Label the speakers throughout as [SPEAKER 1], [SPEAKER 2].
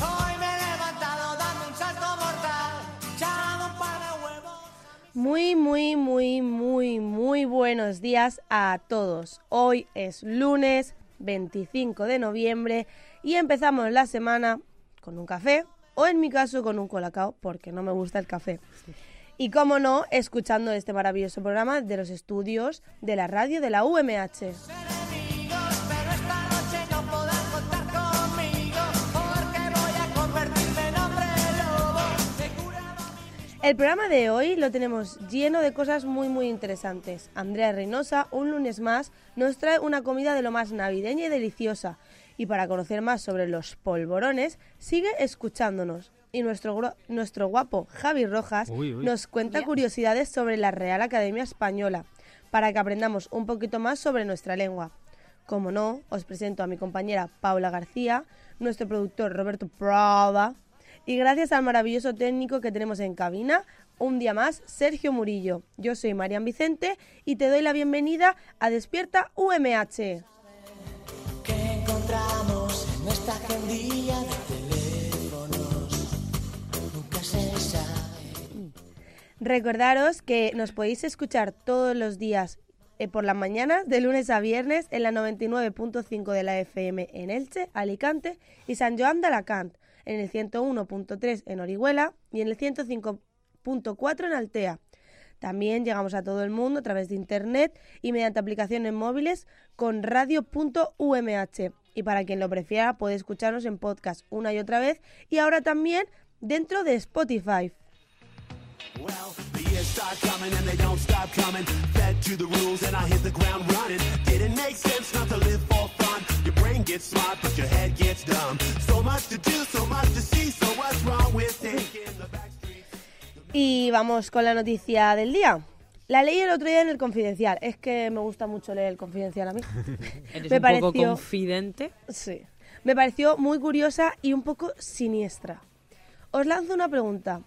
[SPEAKER 1] Hoy me he levantado dando un salto mortal, llamo para huevos.
[SPEAKER 2] Muy, muy, muy, muy, muy buenos días a todos. Hoy es lunes 25 de noviembre y empezamos la semana con un café o en mi caso con un colacao porque no me gusta el café. Y como no, escuchando este maravilloso programa de los estudios de la radio de la UMH.
[SPEAKER 1] Enemigos, pero esta noche no podrán contar conmigo, porque voy a convertirme en hombre lobo. He curado
[SPEAKER 2] El programa de hoy lo tenemos lleno de cosas muy muy interesantes. Andrea Reynosa, un lunes más, nos trae una comida de lo más navideña y deliciosa. Y para conocer más sobre los polvorones, sigue escuchándonos. Y nuestro, gro- nuestro guapo Javi Rojas
[SPEAKER 3] Uy, uy.
[SPEAKER 2] nos cuenta curiosidades sobre la Real Academia Española, para que aprendamos un poquito más sobre nuestra lengua. Como no, os presento a mi compañera Paula García, nuestro productor Roberto Prada y gracias al maravilloso técnico que tenemos en cabina, un día más, Sergio Murillo. Yo soy Marian Vicente y te doy la bienvenida a Despierta UMH.
[SPEAKER 1] que encontramos en esta agendilla de teléfonos, nunca se sabe.
[SPEAKER 2] Recordaros que nos podéis escuchar todos los días eh, por las mañanas, de lunes a viernes, en la 99.5 de la FM en Elche, Alicante y San Joan de Alacant, en el 101.3 en Orihuela y en el 105.4 en Altea. También llegamos a todo el mundo a través de internet y mediante aplicaciones móviles con radio.umh. Y para quien lo prefiera, puede escucharnos en podcast una y otra vez y ahora también dentro de Spotify.
[SPEAKER 4] Well, the years start coming and they don't stop coming. Fed to the rules and I hit the ground running. Didn't make sense not to live for fun. Your brain gets smart, but your head gets dumb. So much to do, so much to see. So what's wrong with taking the back streets?
[SPEAKER 2] Y vamos con la noticia del día. La leí el otro día en el Confidencial. Es que me gusta mucho leer el Confidencial a mí.
[SPEAKER 5] Eres
[SPEAKER 2] Me
[SPEAKER 5] un poco
[SPEAKER 2] pareció-
[SPEAKER 5] confidente.
[SPEAKER 2] sí. Me pareció muy curiosa y un poco siniestra. Os lanzo una pregunta.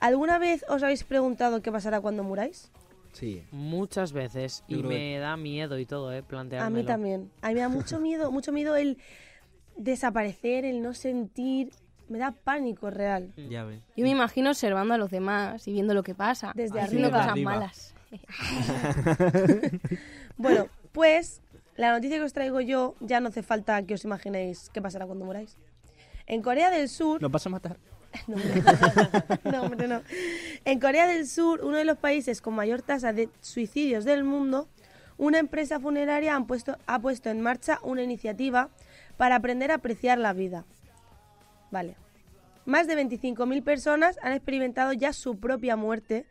[SPEAKER 2] ¿Alguna vez os habéis preguntado qué pasará cuando muráis?
[SPEAKER 6] Sí.
[SPEAKER 5] Muchas veces.
[SPEAKER 6] Yo
[SPEAKER 5] Y
[SPEAKER 6] creo que-
[SPEAKER 5] me da miedo y todo, ¿eh?
[SPEAKER 2] A
[SPEAKER 5] Planteármelo.
[SPEAKER 2] mí también. A mí me da mucho miedo, mucho miedo el desaparecer, el no sentir. Me da pánico real.
[SPEAKER 6] Ya ves.
[SPEAKER 7] Yo me imagino observando a los demás y viendo lo que pasa.
[SPEAKER 2] Desde
[SPEAKER 7] haciendo
[SPEAKER 2] arriba.
[SPEAKER 7] cosas
[SPEAKER 6] Arriba.
[SPEAKER 7] malas.
[SPEAKER 2] Bueno, pues la noticia que os traigo yo ya no hace falta que os imaginéis qué pasará cuando muráis. En Corea del Sur
[SPEAKER 6] ¿Nos vas a matar?
[SPEAKER 2] No, hombre. no, hombre, no. En Corea del Sur, uno de los países con mayor tasa de suicidios del mundo, una empresa funeraria han puesto- ha puesto en marcha una iniciativa para aprender a apreciar la vida. Vale. Más de 25.000 personas han experimentado ya su propia muerte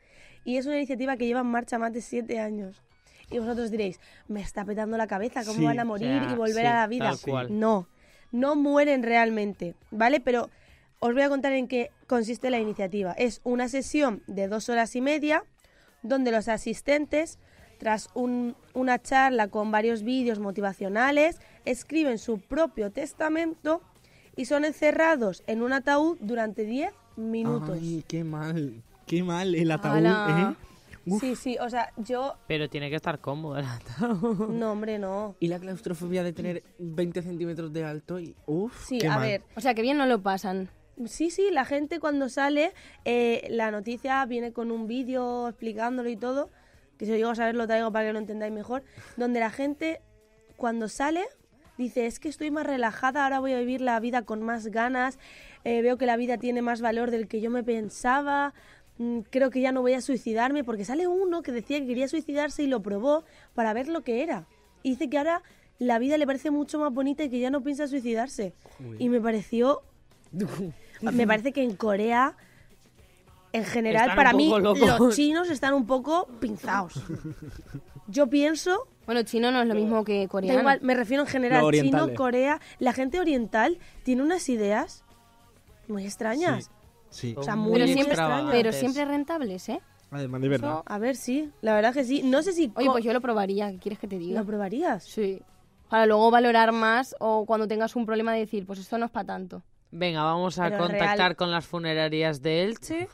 [SPEAKER 2] y es una iniciativa que lleva en marcha más de 7 años. Y vosotros diréis, me está petando la cabeza, ¿cómo
[SPEAKER 6] Sí,
[SPEAKER 2] van a morir
[SPEAKER 5] sea,
[SPEAKER 2] y volver
[SPEAKER 5] sí,
[SPEAKER 2] a la vida?
[SPEAKER 5] tal cual.
[SPEAKER 2] No, no mueren realmente, ¿vale? Pero os voy a contar en qué consiste la iniciativa. Es una sesión de dos horas y media donde los asistentes, tras un- una charla con varios vídeos motivacionales, escriben su propio testamento y son encerrados en un ataúd durante 10 minutos.
[SPEAKER 6] Ay, qué mal. Qué mal el ataúd,
[SPEAKER 7] Ala.
[SPEAKER 6] ¿eh? Uf.
[SPEAKER 2] Sí, sí, o sea, yo...
[SPEAKER 5] Pero tiene que estar cómodo el ataúd.
[SPEAKER 2] No, hombre, no.
[SPEAKER 6] Y la claustrofobia de tener 20 centímetros de alto y... Uf,
[SPEAKER 2] Sí,
[SPEAKER 6] qué
[SPEAKER 2] a
[SPEAKER 6] mal.
[SPEAKER 2] ver,
[SPEAKER 7] O sea, que bien no lo pasan.
[SPEAKER 2] Sí, sí, la gente cuando sale, eh, la noticia viene con un vídeo explicándolo y todo, que si os llego a saber lo traigo para que lo entendáis mejor, donde la gente cuando sale dice, es que estoy más relajada, ahora voy a vivir la vida con más ganas, eh, veo que la vida tiene más valor del que yo me pensaba, mm, creo que ya no voy a suicidarme, porque sale uno que decía que quería suicidarse y lo probó para ver lo que era. Y dice que ahora la vida le parece mucho más bonita y que ya no piensa suicidarse. Y me pareció me parece que en Corea en general,
[SPEAKER 5] Están
[SPEAKER 2] para
[SPEAKER 5] un
[SPEAKER 2] mí,
[SPEAKER 5] poco locos.
[SPEAKER 2] los chinos están un poco pinzados. Yo pienso,
[SPEAKER 7] Bueno, chino no es lo mismo que coreano.
[SPEAKER 2] da igual, me refiero en general,
[SPEAKER 8] Los orientales.
[SPEAKER 2] chino, Corea, la gente oriental tiene unas ideas muy extrañas.
[SPEAKER 8] Sí.
[SPEAKER 2] O sea,
[SPEAKER 5] Son
[SPEAKER 2] muy
[SPEAKER 7] pero siempre,
[SPEAKER 2] extrañas.
[SPEAKER 7] pero siempre rentables, ¿eh?
[SPEAKER 8] Además, de verdad.
[SPEAKER 2] A ver, sí, la verdad que sí. No sé si
[SPEAKER 7] Oye,
[SPEAKER 2] co-
[SPEAKER 7] pues yo lo probaría, ¿qué quieres que te diga?
[SPEAKER 2] lo probarías.
[SPEAKER 7] Sí. Para luego valorar más o cuando tengas un problema decir, pues esto no es para tanto.
[SPEAKER 5] Venga, vamos a
[SPEAKER 2] Pero
[SPEAKER 5] contactar
[SPEAKER 2] real.
[SPEAKER 5] con las funerarias de Elche.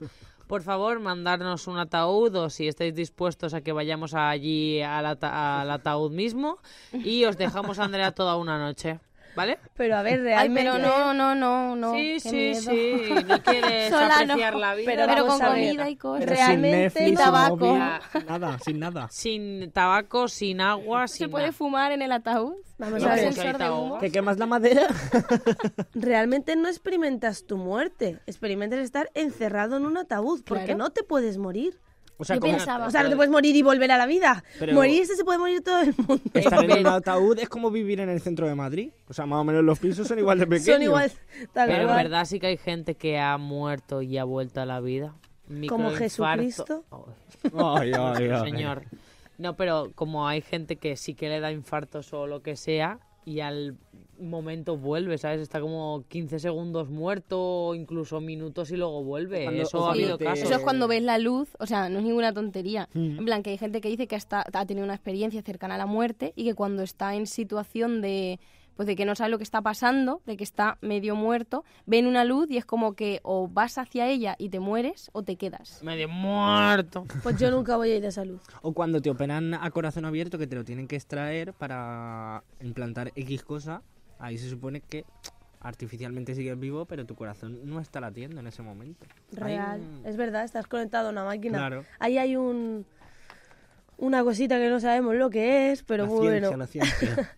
[SPEAKER 5] Por favor, mandarnos un ataúd o si estáis dispuestos a que vayamos allí al, ata- al ataúd mismo. Y os dejamos a Andrea toda una noche. ¿Vale?
[SPEAKER 2] Pero a ver,
[SPEAKER 7] Ay,
[SPEAKER 2] realmente.
[SPEAKER 7] pero no, no, no, no.
[SPEAKER 5] sí,
[SPEAKER 7] qué
[SPEAKER 5] sí,
[SPEAKER 7] miedo.
[SPEAKER 5] sí. No quieres
[SPEAKER 7] Sola no,
[SPEAKER 5] apreciar la vida.
[SPEAKER 2] pero
[SPEAKER 7] Pero
[SPEAKER 2] vamos
[SPEAKER 7] con
[SPEAKER 2] a ver.
[SPEAKER 7] comida y cosas.
[SPEAKER 2] Pero realmente
[SPEAKER 8] sin
[SPEAKER 7] tabaco.
[SPEAKER 8] Netflix, sin móvil, nada, sin nada.
[SPEAKER 5] Sin tabaco, sin agua,
[SPEAKER 7] ¿Se
[SPEAKER 5] sin
[SPEAKER 7] puede
[SPEAKER 5] nada.
[SPEAKER 7] fumar en el ataúd?
[SPEAKER 2] Vamos
[SPEAKER 5] No,
[SPEAKER 2] a
[SPEAKER 5] porque
[SPEAKER 7] ¿Lleva
[SPEAKER 2] ver.
[SPEAKER 5] hay
[SPEAKER 7] sensor de
[SPEAKER 5] tabaco.
[SPEAKER 7] humo?
[SPEAKER 8] ¿Que quemas la madera?
[SPEAKER 2] Realmente no experimentas tu muerte. Experimentas estar encerrado en un ataúd porque
[SPEAKER 7] Claro.
[SPEAKER 2] no te puedes morir.
[SPEAKER 8] O sea,
[SPEAKER 7] Yo
[SPEAKER 8] como
[SPEAKER 7] pensaba-
[SPEAKER 2] O sea, no te puedes morir y volver a la vida.
[SPEAKER 8] Pero-
[SPEAKER 2] Morirse se puede morir todo el mundo.
[SPEAKER 8] estar en un ataúd es como vivir en el centro de Madrid. O sea, más o menos los pisos son igual de pequeños.
[SPEAKER 2] Son igual. tal
[SPEAKER 5] Pero en
[SPEAKER 2] cual.
[SPEAKER 5] verdad sí que hay gente que ha muerto y ha vuelto a la vida.
[SPEAKER 2] Como
[SPEAKER 5] Microinfarto.
[SPEAKER 2] Jesucristo.
[SPEAKER 5] Ay.
[SPEAKER 8] Ay, ay, ay.
[SPEAKER 5] Señor. No, pero como hay gente que sí que le da infartos o lo que sea y al momento vuelve, ¿sabes? Está como 15 segundos muerto o incluso minutos y luego vuelve.
[SPEAKER 8] Cuando-
[SPEAKER 5] Eso ha
[SPEAKER 8] Sí,
[SPEAKER 5] habido
[SPEAKER 8] te-
[SPEAKER 5] casos.
[SPEAKER 7] Eso es cuando ves la luz, o sea, no es ninguna tontería. En plan, que hay gente que dice que hasta ha tenido una experiencia cercana a la muerte y que cuando está en situación de pues de que no sabe lo que está pasando, de que está medio muerto, ven una luz y es como que o vas hacia ella y te mueres o te quedas.
[SPEAKER 5] Medio muerto.
[SPEAKER 2] Pues yo nunca voy a ir a esa luz.
[SPEAKER 8] O cuando te operan a corazón abierto que te lo tienen que extraer para implantar X cosa, ahí se supone que artificialmente sigues vivo, pero tu corazón no está latiendo en ese momento. Ahí-
[SPEAKER 2] Real. Es verdad, estás conectado a una máquina.
[SPEAKER 8] Claro.
[SPEAKER 2] Ahí hay un. Una cosita que no sabemos lo que es, pero
[SPEAKER 8] la
[SPEAKER 2] bueno.
[SPEAKER 8] ciencia, la ciencia.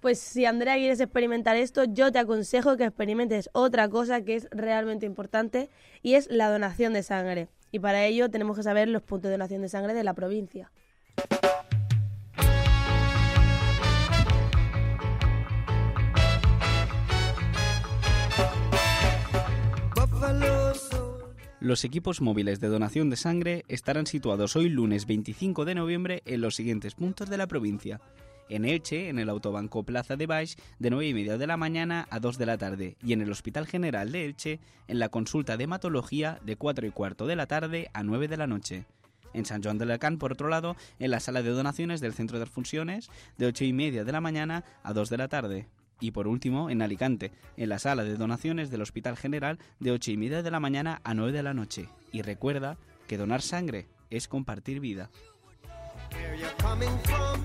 [SPEAKER 2] Pues si Andrea quieres experimentar esto, yo te aconsejo que experimentes otra cosa que es realmente importante y es la donación de sangre. Y para ello tenemos que saber los puntos de donación de sangre de la provincia.
[SPEAKER 9] Los equipos móviles de donación de sangre estarán situados hoy lunes 25 de noviembre en los siguientes puntos de la provincia. En Elche, en el Autobanco Plaza de Baix, de 9 y media de la mañana a 2 de la tarde, y en el Hospital General de Elche, en la consulta de hematología, de 4 y cuarto de la tarde a 9 de la noche. En San Juan de Alacant, por otro lado, en la sala de donaciones del Centro de Funciones, de 8 y media de la mañana a 2 de la tarde. Y por último, en Alicante, en la sala de donaciones del Hospital General, de 8 y media de la mañana a 9 de la noche. Y recuerda que donar sangre es compartir vida.
[SPEAKER 4] Where you coming from?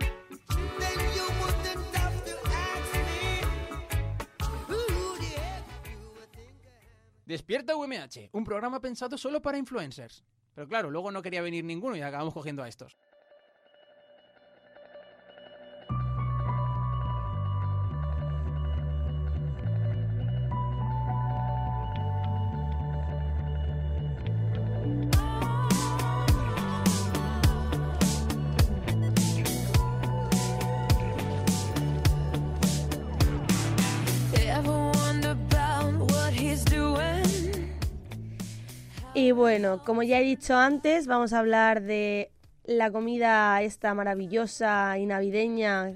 [SPEAKER 4] Then you wouldn't have to ask me. Who the heck you were thinking?
[SPEAKER 3] Despierta UMH, un programa pensado solo para influencers. Pero claro, luego no quería venir ninguno y acabamos cogiendo a estos.
[SPEAKER 2] Y bueno, como ya he dicho antes, vamos a hablar de la comida esta maravillosa y navideña.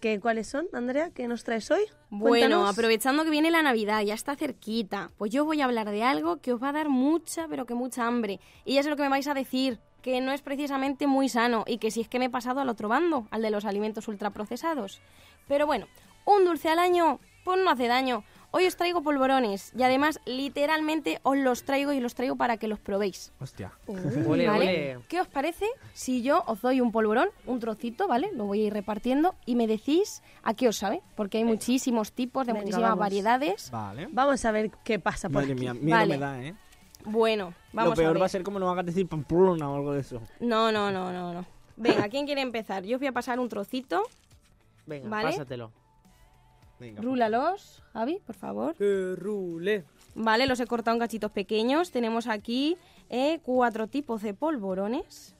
[SPEAKER 2] Que, ¿Cuáles son, Andrea? ¿Qué nos traes hoy?
[SPEAKER 7] Bueno,
[SPEAKER 2] Cuéntanos.
[SPEAKER 7] aprovechando que viene la Navidad, ya está cerquita, pues yo voy a hablar de algo que os va a dar mucha, pero que mucha hambre. Y ya sé lo que me vais a decir, que no es precisamente muy sano y que si es que me he pasado al otro bando, al de los alimentos ultraprocesados. Pero bueno, un dulce al año, pues no hace daño. Hoy os traigo polvorones y además literalmente os los traigo y los traigo para que los probéis.
[SPEAKER 8] Hostia.
[SPEAKER 5] Ole,
[SPEAKER 7] ¿vale?
[SPEAKER 5] ole.
[SPEAKER 7] ¿Qué os parece si yo os doy un polvorón, un trocito, ¿vale? Lo voy a ir repartiendo y me decís a qué os sabe, porque hay muchísimos tipos, de
[SPEAKER 2] Venga,
[SPEAKER 7] muchísimas
[SPEAKER 2] vamos.
[SPEAKER 7] variedades.
[SPEAKER 8] Vale.
[SPEAKER 2] Vamos a ver qué pasa por
[SPEAKER 8] Madre
[SPEAKER 2] aquí.
[SPEAKER 8] mía, miedo
[SPEAKER 7] Vale.
[SPEAKER 8] me da, ¿eh?
[SPEAKER 7] Bueno, vamos
[SPEAKER 8] lo
[SPEAKER 7] a
[SPEAKER 8] peor
[SPEAKER 7] ver.
[SPEAKER 8] va a ser como no hagas decir pamplona o algo de eso.
[SPEAKER 7] No, no, no, no, no. Venga, ¿quién quiere empezar? Yo os voy a pasar un trocito.
[SPEAKER 5] Venga,
[SPEAKER 7] ¿Vale?
[SPEAKER 5] pásatelo.
[SPEAKER 8] Venga.
[SPEAKER 7] Rúlalos, Javi, por favor.
[SPEAKER 6] Que rule.
[SPEAKER 7] Vale, los he cortado en cachitos pequeños. Tenemos aquí eh, cuatro tipos de polvorones.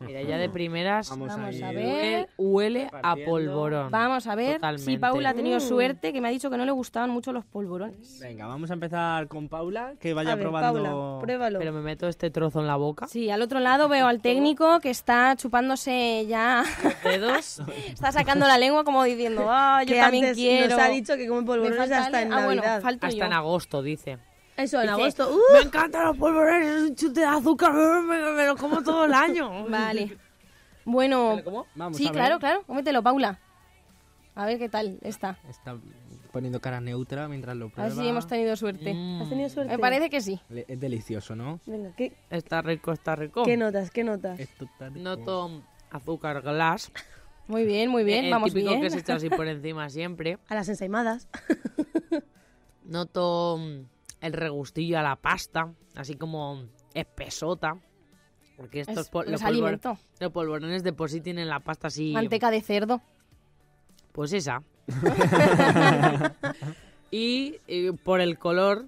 [SPEAKER 5] Mira, ya de primeras
[SPEAKER 7] Vamos Vamos a a ir. ver.
[SPEAKER 5] huele a
[SPEAKER 7] Repartiendo.
[SPEAKER 5] polvorón.
[SPEAKER 7] Vamos a ver si
[SPEAKER 5] Totalmente.
[SPEAKER 7] Paula ha tenido
[SPEAKER 5] Mm.
[SPEAKER 7] suerte, que me ha dicho que no le gustaban mucho los polvorones.
[SPEAKER 8] Venga, vamos a empezar con Paula, que vaya
[SPEAKER 7] A ver,
[SPEAKER 8] probando.
[SPEAKER 7] Paula, pruébalo.
[SPEAKER 5] Pero me meto este trozo en la boca.
[SPEAKER 7] Sí, al otro lado veo al técnico que está chupándose ya.
[SPEAKER 5] Dedos.
[SPEAKER 7] está sacando la lengua como diciendo, ah, yo
[SPEAKER 2] Que
[SPEAKER 7] también
[SPEAKER 2] antes
[SPEAKER 7] quiero.
[SPEAKER 2] nos ha dicho que come polvorones
[SPEAKER 7] Me falta
[SPEAKER 2] hasta
[SPEAKER 7] alguien.
[SPEAKER 2] en
[SPEAKER 7] Ah, bueno,
[SPEAKER 2] Navidad.
[SPEAKER 7] falto
[SPEAKER 5] Hasta
[SPEAKER 7] yo.
[SPEAKER 5] en agosto, dice.
[SPEAKER 7] Eso, en
[SPEAKER 5] Dice,
[SPEAKER 7] agosto.
[SPEAKER 5] Me
[SPEAKER 7] ¡Uh!
[SPEAKER 5] encantan los polvorones, es un chute de azúcar, me, me- me lo como todo el año.
[SPEAKER 7] Vale. Bueno,
[SPEAKER 8] ¿Vale, cómo? Vamos
[SPEAKER 7] sí,
[SPEAKER 8] a ver.
[SPEAKER 7] claro, claro, cómetelo, Paula. A ver qué tal está.
[SPEAKER 8] Está poniendo cara neutra mientras lo
[SPEAKER 7] A
[SPEAKER 8] prueba.
[SPEAKER 7] ver si hemos tenido suerte.
[SPEAKER 5] Mm.
[SPEAKER 2] ¿Has tenido suerte?
[SPEAKER 7] Me parece que sí.
[SPEAKER 8] Le- Es delicioso, ¿no?
[SPEAKER 2] Venga, ¿qué,
[SPEAKER 5] Está rico, está rico.
[SPEAKER 2] qué notas? ¿Qué notas?
[SPEAKER 8] Esto está rico.
[SPEAKER 5] Noto azúcar glass.
[SPEAKER 7] Muy bien, muy bien,
[SPEAKER 5] el
[SPEAKER 7] vamos
[SPEAKER 5] típico
[SPEAKER 7] bien.
[SPEAKER 5] que se echa así por encima siempre.
[SPEAKER 2] A las ensaimadas.
[SPEAKER 5] Noto mm, el regustillo a la pasta, así como mm, espesota. Porque estos
[SPEAKER 7] Es-
[SPEAKER 5] pol-
[SPEAKER 7] es
[SPEAKER 5] los,
[SPEAKER 7] alimento.
[SPEAKER 5] los polvorones de por sí tienen la pasta así.
[SPEAKER 7] Manteca de cerdo.
[SPEAKER 5] Pues esa. y, eh, por el color,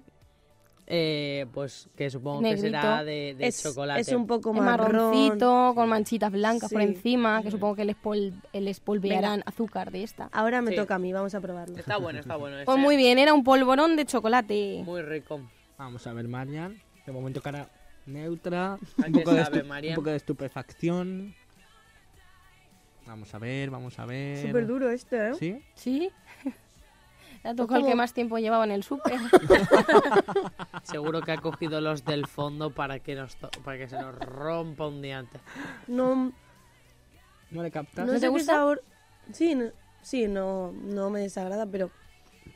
[SPEAKER 5] eh, pues que supongo
[SPEAKER 7] Negrito.
[SPEAKER 5] que será de, de
[SPEAKER 2] es,
[SPEAKER 5] chocolate.
[SPEAKER 2] es un poco
[SPEAKER 7] Es
[SPEAKER 2] marrón.
[SPEAKER 7] marroncito, con manchitas blancas por
[SPEAKER 2] Sí.
[SPEAKER 7] encima, que supongo que les, pol- les polvearán azúcar de esta.
[SPEAKER 2] Ahora me
[SPEAKER 5] Sí.
[SPEAKER 2] toca a mí, vamos a probarlo.
[SPEAKER 5] Está bueno, está bueno.
[SPEAKER 7] Pues
[SPEAKER 5] ese.
[SPEAKER 7] muy bien, era un polvorón de chocolate.
[SPEAKER 5] Muy rico.
[SPEAKER 8] Vamos a ver, Marian. De momento cara neutra.
[SPEAKER 5] ¿A
[SPEAKER 8] Un
[SPEAKER 5] qué
[SPEAKER 8] poco, de
[SPEAKER 5] sabe,
[SPEAKER 8] estu-
[SPEAKER 5] Marian?
[SPEAKER 8] un poco de estupefacción. Vamos a ver, vamos a ver.
[SPEAKER 2] Súper duro este, ¿eh?
[SPEAKER 8] ¿Sí?
[SPEAKER 7] ¿Sí? Le ha tocado el
[SPEAKER 2] Pues como-
[SPEAKER 7] que más tiempo llevaba en el súper.
[SPEAKER 5] Seguro que ha cogido los del fondo para que, nos to- para que se nos rompa un diente.
[SPEAKER 2] No,
[SPEAKER 8] ¿No le captas?
[SPEAKER 2] no
[SPEAKER 7] te
[SPEAKER 2] sé qué
[SPEAKER 7] gusta?
[SPEAKER 2] sabor. Sí, no, sí no, no me desagrada, pero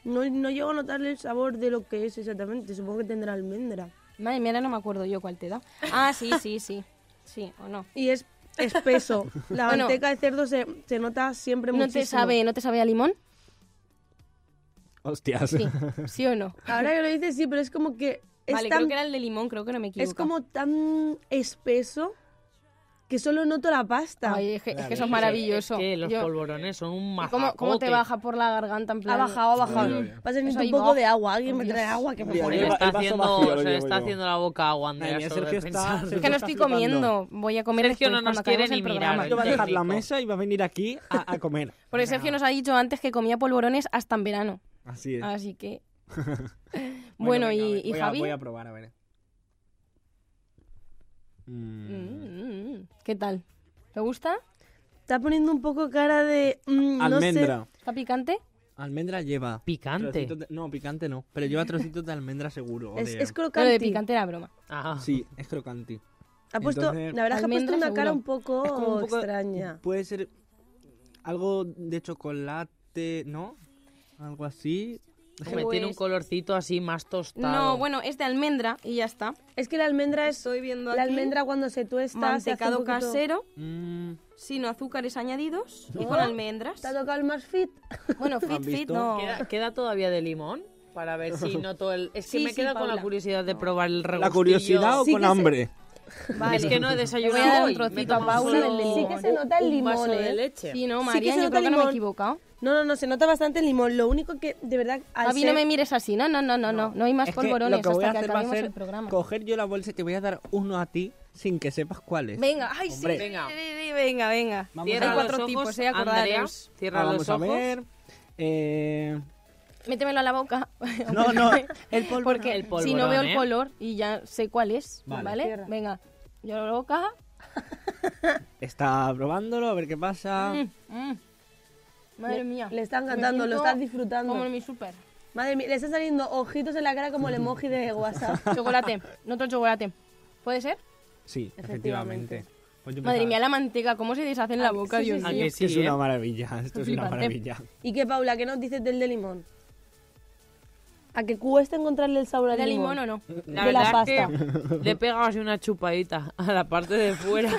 [SPEAKER 2] no, no llego a notarle el sabor de lo que es exactamente. Supongo que tendrá almendra.
[SPEAKER 7] Madre mía, ahora no me acuerdo yo cuál te da. Ah, sí, sí, sí. Sí, o no.
[SPEAKER 2] Y es espeso. La
[SPEAKER 7] Bueno.
[SPEAKER 2] manteca de cerdo se, se nota siempre
[SPEAKER 7] ¿No
[SPEAKER 2] muchísimo.
[SPEAKER 7] te, sabe, ¿No te sabe a limón?
[SPEAKER 8] Hostias.
[SPEAKER 7] Sí. ¿Sí o no?
[SPEAKER 2] Ahora que lo dices, sí, pero es como que es
[SPEAKER 7] Vale,
[SPEAKER 2] tan
[SPEAKER 7] creo que era el de limón, creo que no me equivoco.
[SPEAKER 2] Es como tan espeso que solo noto la pasta.
[SPEAKER 7] Ay, es que, es que eso es maravilloso.
[SPEAKER 5] Que los
[SPEAKER 7] Yo-
[SPEAKER 5] polvorones son un
[SPEAKER 7] ¿Y
[SPEAKER 5] mazacote.
[SPEAKER 7] cómo, cómo te baja por la garganta en plan?
[SPEAKER 2] ha bajado, ha bajado.
[SPEAKER 8] Yo, yo, yo.
[SPEAKER 2] Pasa
[SPEAKER 7] Eso
[SPEAKER 2] necesito
[SPEAKER 7] ahí
[SPEAKER 2] un poco
[SPEAKER 7] va.
[SPEAKER 2] de agua. Alguien me
[SPEAKER 7] Dios.
[SPEAKER 2] trae agua que me
[SPEAKER 5] Se
[SPEAKER 8] Dios.
[SPEAKER 2] pone.
[SPEAKER 5] le
[SPEAKER 8] El va-
[SPEAKER 5] está,
[SPEAKER 8] el vaso
[SPEAKER 5] haciendo,
[SPEAKER 8] vacío, lo
[SPEAKER 5] se le
[SPEAKER 8] llevo
[SPEAKER 5] está
[SPEAKER 8] yo.
[SPEAKER 5] haciendo la boca agua, Andrea.
[SPEAKER 8] Madre mía,
[SPEAKER 5] solo de
[SPEAKER 8] Sergio está-
[SPEAKER 5] pensar.
[SPEAKER 7] Es que no
[SPEAKER 8] Está
[SPEAKER 7] estoy
[SPEAKER 8] flipando.
[SPEAKER 7] comiendo. Voy a comer
[SPEAKER 5] Sergio
[SPEAKER 7] después,
[SPEAKER 5] no nos
[SPEAKER 7] cuando
[SPEAKER 5] quiere
[SPEAKER 7] acabemos
[SPEAKER 5] ni
[SPEAKER 7] el
[SPEAKER 5] mirar.
[SPEAKER 7] programa.
[SPEAKER 8] Yo va a dejar la
[SPEAKER 5] Rico.
[SPEAKER 8] mesa y va a venir aquí a, a comer.
[SPEAKER 7] Porque Sergio nos ha dicho antes que comía polvorones hasta en verano.
[SPEAKER 8] Así es.
[SPEAKER 7] Así que. bueno,
[SPEAKER 8] venga,
[SPEAKER 7] y,
[SPEAKER 8] voy
[SPEAKER 7] y
[SPEAKER 8] a-
[SPEAKER 7] Javi.
[SPEAKER 8] voy a probar, a ver. Mm.
[SPEAKER 7] Mm, mm, ¿Qué tal? ¿Te gusta?
[SPEAKER 2] Está poniendo un poco cara de. mm, no
[SPEAKER 8] Almendra.
[SPEAKER 7] ¿Está picante?
[SPEAKER 8] Almendra lleva.
[SPEAKER 5] Picante.
[SPEAKER 8] trocitos de- No, picante no. Pero lleva trocitos de almendra seguro. o
[SPEAKER 2] sé. Es,
[SPEAKER 8] de-
[SPEAKER 2] es
[SPEAKER 7] Pero de
[SPEAKER 2] crocante.
[SPEAKER 7] picante era broma.
[SPEAKER 5] Ah.
[SPEAKER 8] Sí, es crocanti.
[SPEAKER 2] Ha puesto,
[SPEAKER 8] Entonces-
[SPEAKER 2] la verdad es que ha puesto
[SPEAKER 7] Almendra,
[SPEAKER 2] una
[SPEAKER 7] seguro.
[SPEAKER 2] cara un poco,
[SPEAKER 8] Es como un
[SPEAKER 7] Oh,
[SPEAKER 8] poco- Mm.
[SPEAKER 2] extraña.
[SPEAKER 8] Puede ser algo de chocolate, ¿no? Algo así.
[SPEAKER 5] Hombre, tiene un
[SPEAKER 7] Pues-
[SPEAKER 5] colorcito así más tostado.
[SPEAKER 7] No, bueno, es de almendra y ya está.
[SPEAKER 2] Es que la almendra es.
[SPEAKER 7] Estoy viendo
[SPEAKER 2] La
[SPEAKER 7] aquí
[SPEAKER 2] almendra cuando se tuesta.
[SPEAKER 7] Mantecado
[SPEAKER 2] se hace un poquito-
[SPEAKER 7] casero,
[SPEAKER 8] Mm,
[SPEAKER 7] sin azúcares añadidos y
[SPEAKER 2] Oh.
[SPEAKER 7] con almendras.
[SPEAKER 2] ¿Te ha tocado el más fit?
[SPEAKER 7] ¿Eh? Bueno, fit,
[SPEAKER 8] ¿Han
[SPEAKER 7] fit,
[SPEAKER 8] visto?
[SPEAKER 7] no.
[SPEAKER 5] ¿Queda, queda todavía de limón? Para ver si noto el... Es que
[SPEAKER 7] Sí,
[SPEAKER 5] me
[SPEAKER 7] sí,
[SPEAKER 5] quedo con
[SPEAKER 7] Paula.
[SPEAKER 5] la curiosidad de probar el regustillo.
[SPEAKER 8] ¿La curiosidad o
[SPEAKER 2] Sí
[SPEAKER 8] con
[SPEAKER 2] que se-
[SPEAKER 8] hambre?
[SPEAKER 7] Vale.
[SPEAKER 5] Es que no he desayunado
[SPEAKER 7] Voy a dar un
[SPEAKER 5] hoy.
[SPEAKER 7] trocito
[SPEAKER 5] Me tomo
[SPEAKER 7] a Paula
[SPEAKER 5] solo
[SPEAKER 7] del limón.
[SPEAKER 2] Sí que se nota el
[SPEAKER 5] Un vaso
[SPEAKER 2] limón,
[SPEAKER 5] de
[SPEAKER 2] ¿eh?
[SPEAKER 5] leche.
[SPEAKER 7] Sí,
[SPEAKER 2] Sí
[SPEAKER 7] no,
[SPEAKER 2] que
[SPEAKER 7] María,
[SPEAKER 2] se
[SPEAKER 7] yo
[SPEAKER 2] nota
[SPEAKER 7] creo que no me he
[SPEAKER 2] limón.
[SPEAKER 7] equivocado.
[SPEAKER 2] No, no, no, se nota bastante el limón. Lo único que, de verdad, al
[SPEAKER 7] A mí no
[SPEAKER 2] ser-
[SPEAKER 7] me mires así, no, no, no, no, no, no hay más
[SPEAKER 8] Es que
[SPEAKER 7] polvorones
[SPEAKER 8] lo que voy a
[SPEAKER 7] hasta que
[SPEAKER 8] hacer va a
[SPEAKER 7] acabemos
[SPEAKER 8] ser
[SPEAKER 7] el programa.
[SPEAKER 8] coger yo la bolsa y te voy a dar uno a ti sin que sepas cuál es.
[SPEAKER 7] Venga, ay, sí,
[SPEAKER 8] Hombre.
[SPEAKER 7] venga, venga, venga.
[SPEAKER 8] Vamos
[SPEAKER 5] Cierra
[SPEAKER 8] a-
[SPEAKER 7] Hay
[SPEAKER 5] los
[SPEAKER 7] cuatro
[SPEAKER 5] ojos,
[SPEAKER 7] tipos, eh,
[SPEAKER 5] Andrea.
[SPEAKER 7] acordaros.
[SPEAKER 5] Cierra
[SPEAKER 8] Ah,
[SPEAKER 5] los
[SPEAKER 8] vamos a
[SPEAKER 5] ojos.
[SPEAKER 8] ver. Eh,
[SPEAKER 7] Métemelo a la boca.
[SPEAKER 8] No, no, el polvo.
[SPEAKER 7] Porque
[SPEAKER 5] El polvorón,
[SPEAKER 7] si no veo el
[SPEAKER 5] ¿eh?
[SPEAKER 7] color y ya sé cuál es, ¿vale?
[SPEAKER 8] Vale.
[SPEAKER 2] Cierra.
[SPEAKER 7] Venga, yo la boca.
[SPEAKER 8] Está probándolo, a ver qué pasa.
[SPEAKER 7] Mm, mm. Madre mía.
[SPEAKER 2] Le están
[SPEAKER 7] Me
[SPEAKER 2] cantando, lo
[SPEAKER 7] siento
[SPEAKER 2] estás disfrutando.
[SPEAKER 7] Como en mi súper.
[SPEAKER 2] Madre mía, le están saliendo ojitos en la cara como el emoji de WhatsApp.
[SPEAKER 7] Chocolate, no otro chocolate. ¿Puede ser?
[SPEAKER 8] Sí,
[SPEAKER 2] Efectivamente.
[SPEAKER 8] efectivamente. Pues yo
[SPEAKER 7] Madre
[SPEAKER 8] pensaba-
[SPEAKER 7] mía, la manteca, cómo se deshace en la boca,
[SPEAKER 2] Ah, sí, sí,
[SPEAKER 7] Dios
[SPEAKER 2] sí.
[SPEAKER 5] ¿A
[SPEAKER 7] mío.
[SPEAKER 5] que
[SPEAKER 8] Es que
[SPEAKER 5] sí,
[SPEAKER 8] es
[SPEAKER 5] eh?
[SPEAKER 8] una maravilla, esto es una
[SPEAKER 7] Flipante.
[SPEAKER 8] maravilla.
[SPEAKER 2] ¿Y qué, Paula? ¿Qué nos dices del de limón? ¿A que cuesta encontrarle el sabor al
[SPEAKER 7] ¿Era
[SPEAKER 2] limón?
[SPEAKER 7] limón o no?
[SPEAKER 5] La
[SPEAKER 2] de la
[SPEAKER 5] verdad es que le he pegado así una chupadita a la parte de fuera.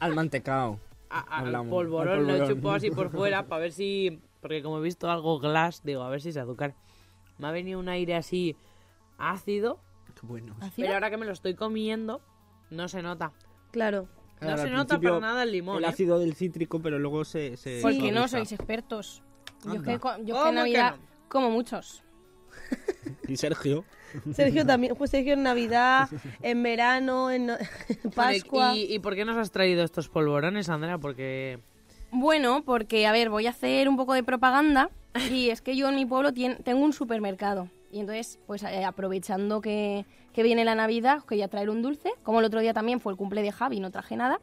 [SPEAKER 8] Al mantecao.
[SPEAKER 5] A- a- al
[SPEAKER 8] Hablamos,
[SPEAKER 5] polvorón
[SPEAKER 8] al
[SPEAKER 5] lo he
[SPEAKER 8] polvorón.
[SPEAKER 5] chupado así por fuera para ver si... Porque como he visto algo glass, digo, a ver si es azúcar. Me ha venido un aire así ácido,
[SPEAKER 8] Qué bueno.
[SPEAKER 5] pero ahora que me lo estoy comiendo, no se nota.
[SPEAKER 2] Claro.
[SPEAKER 5] No
[SPEAKER 8] Claro,
[SPEAKER 5] se
[SPEAKER 8] al
[SPEAKER 5] nota
[SPEAKER 8] principio
[SPEAKER 5] para nada el limón,
[SPEAKER 8] El
[SPEAKER 5] ¿eh?
[SPEAKER 8] ácido del cítrico, pero luego se. se
[SPEAKER 7] Porque no
[SPEAKER 8] suaviza.
[SPEAKER 7] sois expertos. Yo es que,
[SPEAKER 8] Anda.
[SPEAKER 7] co- yo es que
[SPEAKER 5] ¿Cómo
[SPEAKER 7] en
[SPEAKER 5] que
[SPEAKER 7] Navidad
[SPEAKER 5] no?
[SPEAKER 7] como muchos.
[SPEAKER 8] Y Sergio.
[SPEAKER 10] Sergio también, pues Sergio en Navidad, en verano, en, no- en Pascua.
[SPEAKER 5] ¿Y, y por qué nos has traído estos polvorones, Andrea? Porque...
[SPEAKER 7] Bueno, porque, a ver, voy a hacer un poco de propaganda. Y es que yo en mi pueblo tien- tengo un supermercado. Y entonces, pues eh, aprovechando que, que viene la Navidad, os quería traer un dulce. Como el otro día también fue el cumple de Javi, no traje nada.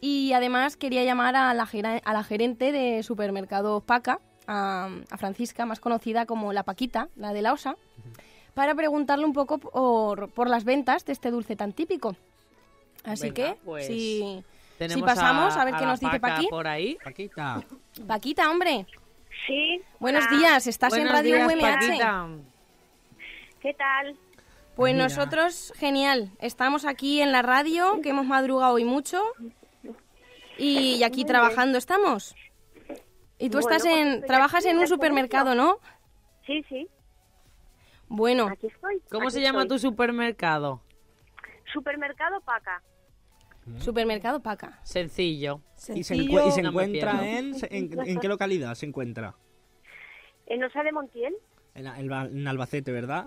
[SPEAKER 7] Y además quería llamar a la, gera- a la gerente de supermercado Paca, a, a Francisca, más conocida como la Paquita, la de la OSA, para preguntarle un poco por, por las ventas de este dulce tan típico. Así
[SPEAKER 5] Venga,
[SPEAKER 7] que,
[SPEAKER 5] pues,
[SPEAKER 7] si, si
[SPEAKER 5] tenemos
[SPEAKER 7] pasamos, a, ver qué
[SPEAKER 5] la
[SPEAKER 7] nos dice
[SPEAKER 5] Paca
[SPEAKER 7] Paqui.
[SPEAKER 5] por ahí.
[SPEAKER 8] Paquita.
[SPEAKER 7] Paquita, hombre.
[SPEAKER 2] Sí.
[SPEAKER 7] Buenos días, estás en
[SPEAKER 5] Buenos
[SPEAKER 7] Radio
[SPEAKER 5] días,
[SPEAKER 7] UMH.
[SPEAKER 5] Paquita.
[SPEAKER 2] ¿Qué tal?
[SPEAKER 7] Pues
[SPEAKER 5] Mira.
[SPEAKER 7] nosotros, genial. Estamos aquí en la radio, que hemos madrugado hoy mucho. Y, y aquí
[SPEAKER 2] Muy
[SPEAKER 7] trabajando estamos. Y
[SPEAKER 2] Bueno,
[SPEAKER 7] tú estás
[SPEAKER 2] pues
[SPEAKER 7] en.
[SPEAKER 2] estoy
[SPEAKER 7] Trabajas
[SPEAKER 2] aquí
[SPEAKER 7] en un
[SPEAKER 2] haciendo
[SPEAKER 7] supermercado, ¿no?
[SPEAKER 2] Sí, sí.
[SPEAKER 7] Bueno.
[SPEAKER 2] Aquí estoy.
[SPEAKER 5] ¿Cómo
[SPEAKER 2] aquí
[SPEAKER 5] se llama
[SPEAKER 2] estoy.
[SPEAKER 5] tu supermercado?
[SPEAKER 2] Supermercado Paca.
[SPEAKER 7] Supermercado Paca.
[SPEAKER 5] Sencillo.
[SPEAKER 8] Y se, encue- y se encuentra en, en, en qué localidad se encuentra?
[SPEAKER 2] En Osa de Montiel,
[SPEAKER 8] En, Alba- en Albacete, ¿verdad?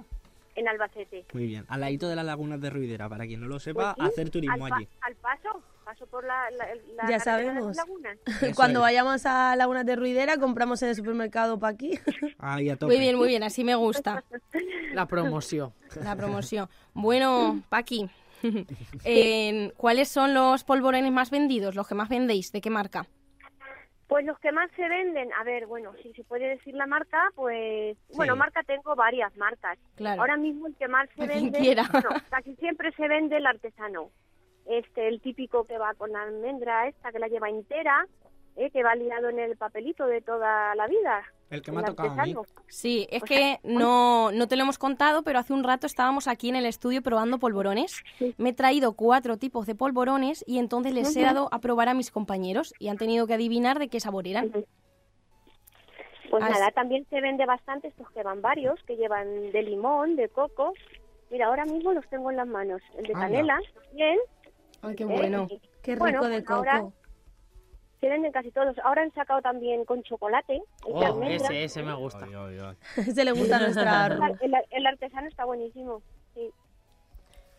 [SPEAKER 2] en Albacete.
[SPEAKER 8] Muy bien. Al ladito de la laguna de Ruidera, para quien no lo sepa,
[SPEAKER 2] Pues sí,
[SPEAKER 8] hacer turismo
[SPEAKER 2] al pa-
[SPEAKER 8] allí.
[SPEAKER 2] Al paso, paso por la, la- la carretera de
[SPEAKER 10] Ya
[SPEAKER 2] las
[SPEAKER 10] sabemos.
[SPEAKER 2] lagunas.
[SPEAKER 10] Cuando
[SPEAKER 8] es.
[SPEAKER 10] vayamos a Lagunas de Ruidera, compramos en el supermercado para aquí.
[SPEAKER 8] Ahí a tope.
[SPEAKER 7] Muy bien, muy bien, así me gusta
[SPEAKER 5] La promoción.
[SPEAKER 7] la promoción. Bueno, Paqui, en- ¿cuáles son los polvorones más vendidos, los que más vendéis? ¿De qué marca?
[SPEAKER 2] Pues los que más se venden, a ver, bueno, si se puede decir la marca, pues, bueno, marca tengo varias marcas.
[SPEAKER 7] Claro.
[SPEAKER 2] Ahora mismo el que más se
[SPEAKER 7] A quien
[SPEAKER 2] vende,
[SPEAKER 7] quiera.
[SPEAKER 2] bueno, casi siempre se vende el artesano. Este, el típico que va con la almendra esta, que la lleva entera, eh, que va liado en el papelito de toda la vida.
[SPEAKER 8] El que
[SPEAKER 2] el
[SPEAKER 8] me ha tocado a mí.
[SPEAKER 2] artesano.
[SPEAKER 7] Sí, es que no, no te lo hemos contado, pero hace un rato estábamos aquí en el estudio probando polvorones. Me he traído cuatro tipos de polvorones y entonces les he dado a probar a mis compañeros y han tenido que adivinar de qué sabor eran.
[SPEAKER 2] Pues
[SPEAKER 10] Ah,
[SPEAKER 7] Así-
[SPEAKER 2] nada, también se vende bastante estos que van varios, que llevan de limón, de coco. Mira, ahora mismo los tengo en las manos. El de
[SPEAKER 8] Anda.
[SPEAKER 2] canela, bien.
[SPEAKER 7] Ay, qué
[SPEAKER 2] Eh,
[SPEAKER 7] bueno.
[SPEAKER 2] y-
[SPEAKER 10] Qué rico
[SPEAKER 2] bueno,
[SPEAKER 10] de
[SPEAKER 2] pues ahora
[SPEAKER 10] coco.
[SPEAKER 2] se venden casi todos. Ahora han sacado también con chocolate. El, de
[SPEAKER 5] Oh,
[SPEAKER 2] almendra.
[SPEAKER 5] ese, ese me gusta.
[SPEAKER 8] Ay, ay, ay.
[SPEAKER 10] Se le gusta a nuestra Arru.
[SPEAKER 2] El, el artesano está buenísimo. Sí.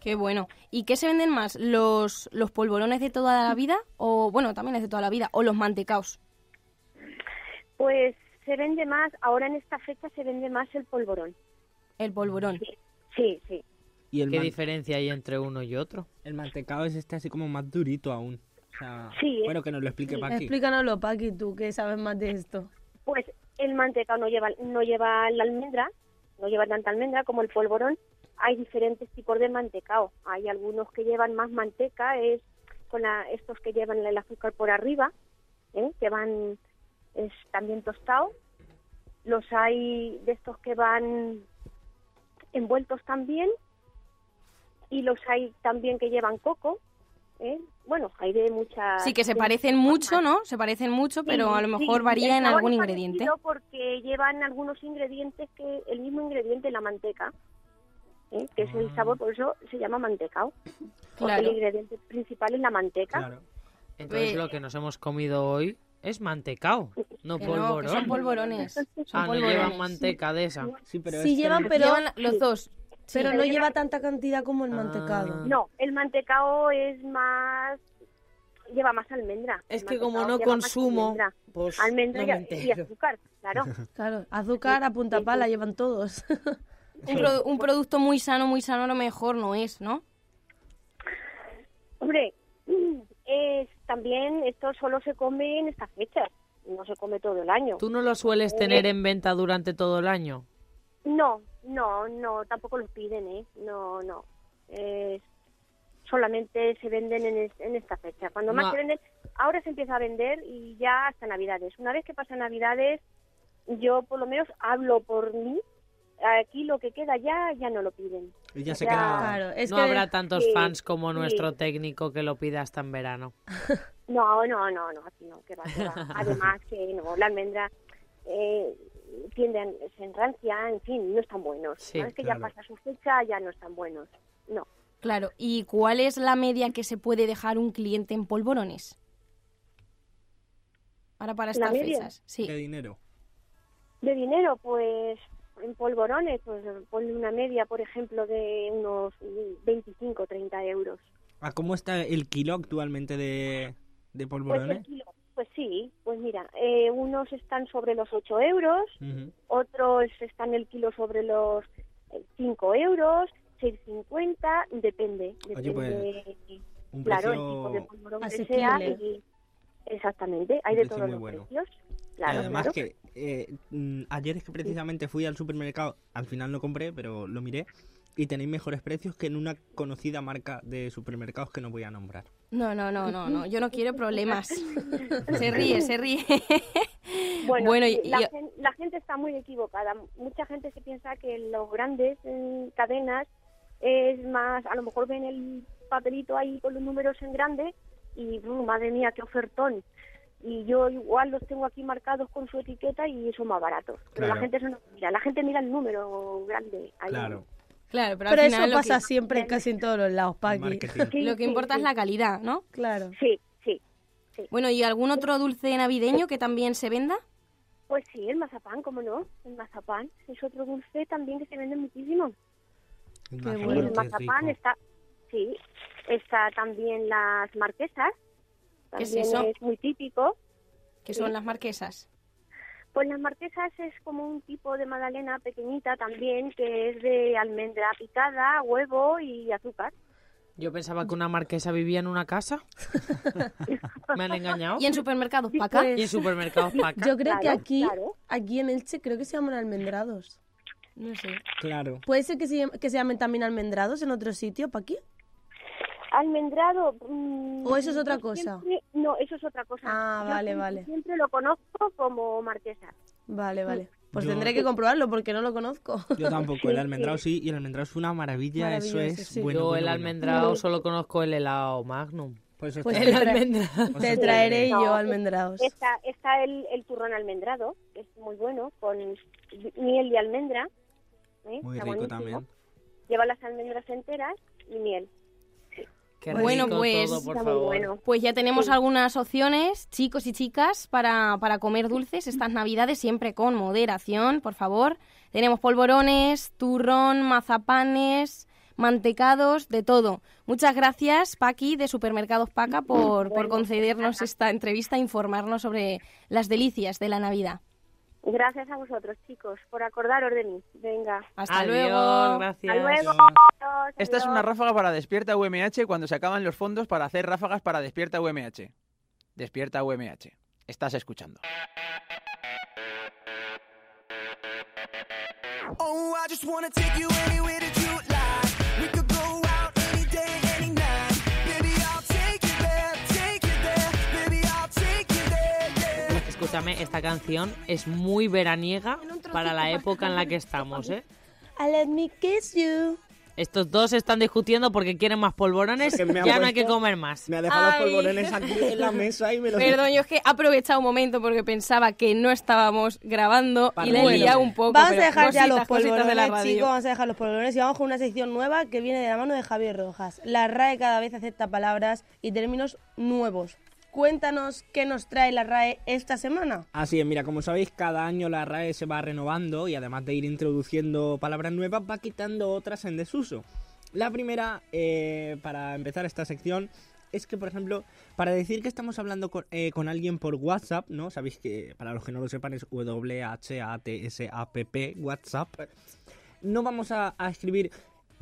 [SPEAKER 7] Qué bueno. ¿Y qué se venden más? ¿Los, los polvorones de toda la vida? O, bueno, también es de toda la vida. ¿O los mantecaos?
[SPEAKER 2] Pues se vende más, ahora en esta fecha se vende más el polvorón.
[SPEAKER 7] El polvorón.
[SPEAKER 2] Sí, sí.
[SPEAKER 8] Y el,
[SPEAKER 5] ¿Qué
[SPEAKER 8] man-
[SPEAKER 5] diferencia hay entre uno y otro?
[SPEAKER 8] el mantecado es este así como más durito aún. O sea,
[SPEAKER 2] Sí, eh.
[SPEAKER 8] bueno, que nos lo explique Paqui.
[SPEAKER 10] Explícanoslo, Paqui, tú que sabes más de esto.
[SPEAKER 2] Pues el mantecao no lleva, no lleva la almendra, no lleva tanta almendra como el polvorón. Hay diferentes tipos de mantecao. Hay algunos que llevan más manteca, es con la- estos que llevan el azúcar por arriba, ¿eh? que van es también tostado. Los hay de estos que van envueltos también y los hay también que llevan coco. ¿eh? Bueno, hay de muchas...
[SPEAKER 7] Sí, que se
[SPEAKER 2] de
[SPEAKER 7] parecen
[SPEAKER 2] muchas
[SPEAKER 7] mucho,
[SPEAKER 2] formas.
[SPEAKER 7] ¿no? Se parecen mucho, pero
[SPEAKER 2] ah, Sí,
[SPEAKER 7] a lo
[SPEAKER 2] sí,
[SPEAKER 7] mejor
[SPEAKER 2] sí,
[SPEAKER 7] varía
[SPEAKER 2] el
[SPEAKER 7] en
[SPEAKER 2] sabor
[SPEAKER 7] algún
[SPEAKER 2] es
[SPEAKER 7] ingrediente.
[SPEAKER 2] parecido Porque llevan algunos ingredientes que el mismo ingrediente la manteca, ¿eh? que es
[SPEAKER 5] Ah.
[SPEAKER 2] el sabor, por eso se llama mantecao. Porque
[SPEAKER 7] Claro.
[SPEAKER 2] el ingrediente principal es la manteca.
[SPEAKER 8] Claro.
[SPEAKER 5] Entonces
[SPEAKER 7] Ve-
[SPEAKER 5] lo que nos hemos comido hoy es mantecao, no
[SPEAKER 7] Que no, que
[SPEAKER 5] polvorón.
[SPEAKER 7] son polvorones. Son
[SPEAKER 5] Ah, no
[SPEAKER 7] polvorones.
[SPEAKER 5] llevan manteca de esa.
[SPEAKER 8] Sí, pero
[SPEAKER 10] Sí
[SPEAKER 8] es que
[SPEAKER 10] llevan,
[SPEAKER 8] no-
[SPEAKER 10] pero,
[SPEAKER 7] Llevan los dos.
[SPEAKER 10] pero no lleva tanta cantidad como
[SPEAKER 5] Ah.
[SPEAKER 10] el mantecado.
[SPEAKER 2] No, el mantecao es más. lleva más almendra.
[SPEAKER 5] Es
[SPEAKER 2] El
[SPEAKER 5] que como
[SPEAKER 2] mantecao
[SPEAKER 5] no
[SPEAKER 2] lleva más
[SPEAKER 5] consumo,
[SPEAKER 2] Almendra,
[SPEAKER 5] pues,
[SPEAKER 2] Almendra
[SPEAKER 5] no
[SPEAKER 2] y-
[SPEAKER 5] me
[SPEAKER 2] y,
[SPEAKER 5] entero.
[SPEAKER 2] azúcar, claro.
[SPEAKER 10] Claro, azúcar a punta pala llevan todos.
[SPEAKER 7] Un, pro- un producto muy sano, muy sano a lo mejor no es, ¿no?
[SPEAKER 2] Hombre, es, también esto solo se come en estas fechas. No se come todo el año.
[SPEAKER 5] ¿Tú no lo sueles tener
[SPEAKER 2] Eh,
[SPEAKER 5] en venta durante todo el año?
[SPEAKER 2] No, no, no, tampoco los piden, ¿eh? No, no. Eh, solamente se venden en, es- en esta fecha. Cuando más
[SPEAKER 5] Ma-
[SPEAKER 2] se venden, ahora se empieza a vender y ya hasta Navidades. Una vez que pasa Navidades, yo por lo menos hablo por mí. Aquí lo que queda ya, ya no lo piden.
[SPEAKER 8] Ella se
[SPEAKER 2] Ya.
[SPEAKER 8] queda...
[SPEAKER 10] Claro, es
[SPEAKER 5] no
[SPEAKER 10] que
[SPEAKER 5] habrá tantos
[SPEAKER 2] sí,
[SPEAKER 5] fans como
[SPEAKER 2] sí.
[SPEAKER 5] nuestro técnico que lo pida hasta en verano.
[SPEAKER 2] No, no, no, no, aquí no, que va, que va. Además que no, la almendra eh, tiende a- se enrancia, en fin, no están buenos.
[SPEAKER 5] Sí,
[SPEAKER 2] Una vez que
[SPEAKER 8] claro.
[SPEAKER 2] ya pasa su fecha, ya no están buenos. No.
[SPEAKER 7] Claro, ¿y cuál es la media que se puede dejar un cliente en polvorones? Ahora para
[SPEAKER 2] ¿La
[SPEAKER 7] estas
[SPEAKER 2] media?
[SPEAKER 7] fechas.
[SPEAKER 8] de
[SPEAKER 7] Sí,
[SPEAKER 8] dinero.
[SPEAKER 2] De dinero, pues en polvorones, pues ponle una media, por ejemplo, de unos 25 o 30 euros.
[SPEAKER 8] ¿A cómo está el kilo actualmente de, de
[SPEAKER 2] Pues, el
[SPEAKER 8] polvorones?
[SPEAKER 2] kilo, pues sí, pues mira, eh, unos están sobre los 8 euros,
[SPEAKER 8] Ujú.
[SPEAKER 2] otros están el kilo sobre los eh, 5 euros, 6,50, depende.
[SPEAKER 8] Oye, pues,
[SPEAKER 2] depende,
[SPEAKER 8] un
[SPEAKER 2] claro,
[SPEAKER 8] precio
[SPEAKER 2] el tipo de polvorón que
[SPEAKER 8] asequible.
[SPEAKER 2] sea. y- exactamente, hay
[SPEAKER 8] Un
[SPEAKER 2] de
[SPEAKER 8] precio
[SPEAKER 2] todos
[SPEAKER 8] muy
[SPEAKER 2] los
[SPEAKER 8] bueno.
[SPEAKER 2] precios. Claro,
[SPEAKER 8] Y además
[SPEAKER 2] claro.
[SPEAKER 8] que eh, mm, ayer es que precisamente fui al supermercado, al final no compré, pero lo miré, y tenéis mejores precios que en una conocida marca de supermercados que no voy a nombrar.
[SPEAKER 7] No, no, no, no, no. Yo no quiero problemas. Se ríe, se ríe.
[SPEAKER 2] Bueno,
[SPEAKER 7] Bueno,
[SPEAKER 2] sí,
[SPEAKER 7] y-
[SPEAKER 2] la,
[SPEAKER 7] y-
[SPEAKER 2] gen- la gente está muy equivocada. Mucha gente se piensa que los grandes eh, cadenas es más, a lo mejor ven el papelito ahí con los números en grande y "Uh, madre mía, qué ofertón. Y yo igual los tengo aquí marcados con su etiqueta y son más baratos. Pero la
[SPEAKER 11] Claro.
[SPEAKER 2] gente eso no mira, la gente mira el número grande. ahí.
[SPEAKER 7] Claro, pero,
[SPEAKER 11] pero,
[SPEAKER 7] al final
[SPEAKER 11] eso
[SPEAKER 7] lo que-
[SPEAKER 11] pasa siempre en casi en todos los lados, Paqui.
[SPEAKER 2] Sí,
[SPEAKER 7] Lo que importa es la calidad, ¿no?
[SPEAKER 11] Claro.
[SPEAKER 2] Sí, sí.
[SPEAKER 7] Bueno, ¿y algún otro dulce navideño que también se venda?
[SPEAKER 2] Pues sí, el mazapán, ¿cómo no? El mazapán es otro dulce también que se vende muchísimo.
[SPEAKER 8] Imagínate,
[SPEAKER 2] Y el
[SPEAKER 8] qué
[SPEAKER 2] mazapán
[SPEAKER 8] rico.
[SPEAKER 2] está, sí, está también las marquesas.
[SPEAKER 7] ¿Qué es
[SPEAKER 2] También
[SPEAKER 7] eso?
[SPEAKER 2] muy típico.
[SPEAKER 7] Que
[SPEAKER 2] Sí.
[SPEAKER 7] son las marquesas.
[SPEAKER 2] Pues las marquesas es como un tipo de magdalena pequeñita también, que es de almendra picada, huevo y azúcar.
[SPEAKER 5] Yo pensaba que una marquesa vivía en una casa. Me han engañado.
[SPEAKER 7] Y en supermercados para
[SPEAKER 11] acá.
[SPEAKER 10] pues,
[SPEAKER 5] Y en supermercados para acá.
[SPEAKER 11] Yo creo que
[SPEAKER 5] Claro,
[SPEAKER 11] aquí,
[SPEAKER 5] claro.
[SPEAKER 11] aquí en Elche, creo que se llaman almendrados.
[SPEAKER 7] No sé.
[SPEAKER 8] Claro.
[SPEAKER 11] ¿Puede ser que se, llam- que se llamen también almendrados en otro sitio, Paqui?
[SPEAKER 2] Almendrado. mm,
[SPEAKER 11] ¿O eso es otra
[SPEAKER 2] yo
[SPEAKER 11] cosa?
[SPEAKER 2] siempre- no, eso es otra cosa.
[SPEAKER 11] Ah,
[SPEAKER 2] Yo
[SPEAKER 11] vale,
[SPEAKER 2] siempre-
[SPEAKER 11] vale.
[SPEAKER 2] Siempre lo conozco como marquesa.
[SPEAKER 11] Vale, vale. Pues
[SPEAKER 8] Yo-
[SPEAKER 11] tendré que comprobarlo porque no lo conozco.
[SPEAKER 8] Yo tampoco, el almendrado sí, y el almendrado es una maravilla, eso
[SPEAKER 11] Maravilloso,
[SPEAKER 8] es
[SPEAKER 11] sí.
[SPEAKER 8] bueno.
[SPEAKER 5] Yo
[SPEAKER 8] bueno,
[SPEAKER 5] el
[SPEAKER 8] bueno.
[SPEAKER 5] almendrado solo conozco el helado Magnum.
[SPEAKER 8] Pues
[SPEAKER 11] Pues
[SPEAKER 5] el
[SPEAKER 11] te, tra-
[SPEAKER 5] almendrado.
[SPEAKER 11] te traeré
[SPEAKER 2] No,
[SPEAKER 11] yo
[SPEAKER 2] es-
[SPEAKER 11] almendrados.
[SPEAKER 2] Está, está el, el turrón almendrado, que es muy bueno, con miel de almendra. ¿eh?
[SPEAKER 8] Muy
[SPEAKER 2] Está
[SPEAKER 8] rico
[SPEAKER 2] buenísimo.
[SPEAKER 8] también.
[SPEAKER 2] Lleva las almendras enteras y miel.
[SPEAKER 5] Qué
[SPEAKER 7] bueno,
[SPEAKER 5] rico
[SPEAKER 7] pues,
[SPEAKER 5] todo, por
[SPEAKER 2] Está muy
[SPEAKER 5] favor.
[SPEAKER 2] bueno.
[SPEAKER 7] pues ya tenemos algunas opciones, chicos y chicas, para, para comer dulces estas navidades, siempre con moderación, por favor. Tenemos polvorones, turrón, mazapanes, mantecados, de todo. Muchas gracias, Paqui, de Supermercados Paca, por, por concedernos esta entrevista e informarnos sobre las delicias de la Navidad.
[SPEAKER 2] Gracias a vosotros, chicos, por acordaros de mí. Venga.
[SPEAKER 7] Hasta
[SPEAKER 5] Adiós,
[SPEAKER 7] luego.
[SPEAKER 5] gracias.
[SPEAKER 2] Hasta luego.
[SPEAKER 3] Esta es una ráfaga para Despierta UMH cuando se acaban los fondos para hacer ráfagas para Despierta UMH. Despierta UMH. Estás escuchando.
[SPEAKER 1] Oh, I just wanna take you anywhere that you like. We could go out any day, any night. Baby, I'll take you there, take you there. Baby, I'll take you there, yeah.
[SPEAKER 5] Escúchame, esta canción es muy veraniega para la época en la que estamos, ¿eh?
[SPEAKER 11] I let me kiss you.
[SPEAKER 5] Estos dos están discutiendo porque quieren más polvorones,
[SPEAKER 8] Que me ha
[SPEAKER 5] ya no hay que
[SPEAKER 8] puesto-
[SPEAKER 5] comer más.
[SPEAKER 8] Me ha dejado los
[SPEAKER 7] Ay.
[SPEAKER 8] polvorones aquí en la mesa y me los...
[SPEAKER 7] Perdón, yo es que he aprovechado un momento porque pensaba que no estábamos grabando y la he
[SPEAKER 8] Bueno.
[SPEAKER 7] liado un poco.
[SPEAKER 11] Vamos
[SPEAKER 7] pero
[SPEAKER 11] a dejar ya
[SPEAKER 7] cositas,
[SPEAKER 11] los
[SPEAKER 7] cositas
[SPEAKER 11] polvorones,
[SPEAKER 7] de la radio.
[SPEAKER 11] chicos, vamos a dejar los polvorones y vamos con una sección nueva que viene de la mano de Javier Rojas. La RAE cada vez acepta palabras y términos nuevos. Cuéntanos qué nos trae la RAE esta semana.
[SPEAKER 8] Así es, mira, como sabéis, cada año la RAE se va renovando y además de ir introduciendo palabras nuevas, va quitando otras en desuso. La primera, eh, para empezar esta sección, es que, por ejemplo, para decir que estamos hablando con, eh, con alguien por WhatsApp, ¿no? Sabéis que, para los que no lo sepan, es W-H-A-T-S-A-P-P, WhatsApp. No vamos a, a escribir,